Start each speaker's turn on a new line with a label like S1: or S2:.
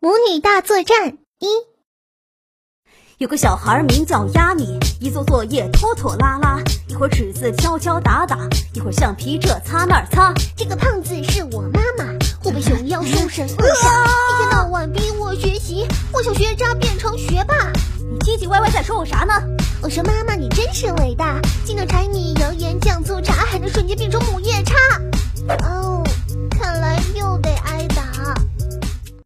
S1: 母女大作战一，
S2: 有个小孩名叫亚米，一做作业拖拖拉拉，一会儿尺子敲敲打打，一会儿橡皮这擦那儿擦。
S1: 这个胖子是我妈妈，我被熊妖兽神扼杀，一天到晚逼我学习，我想学渣变成学霸。
S2: 你唧唧歪歪在说我啥呢？
S1: 我说妈妈，你真是伟大，竟能哦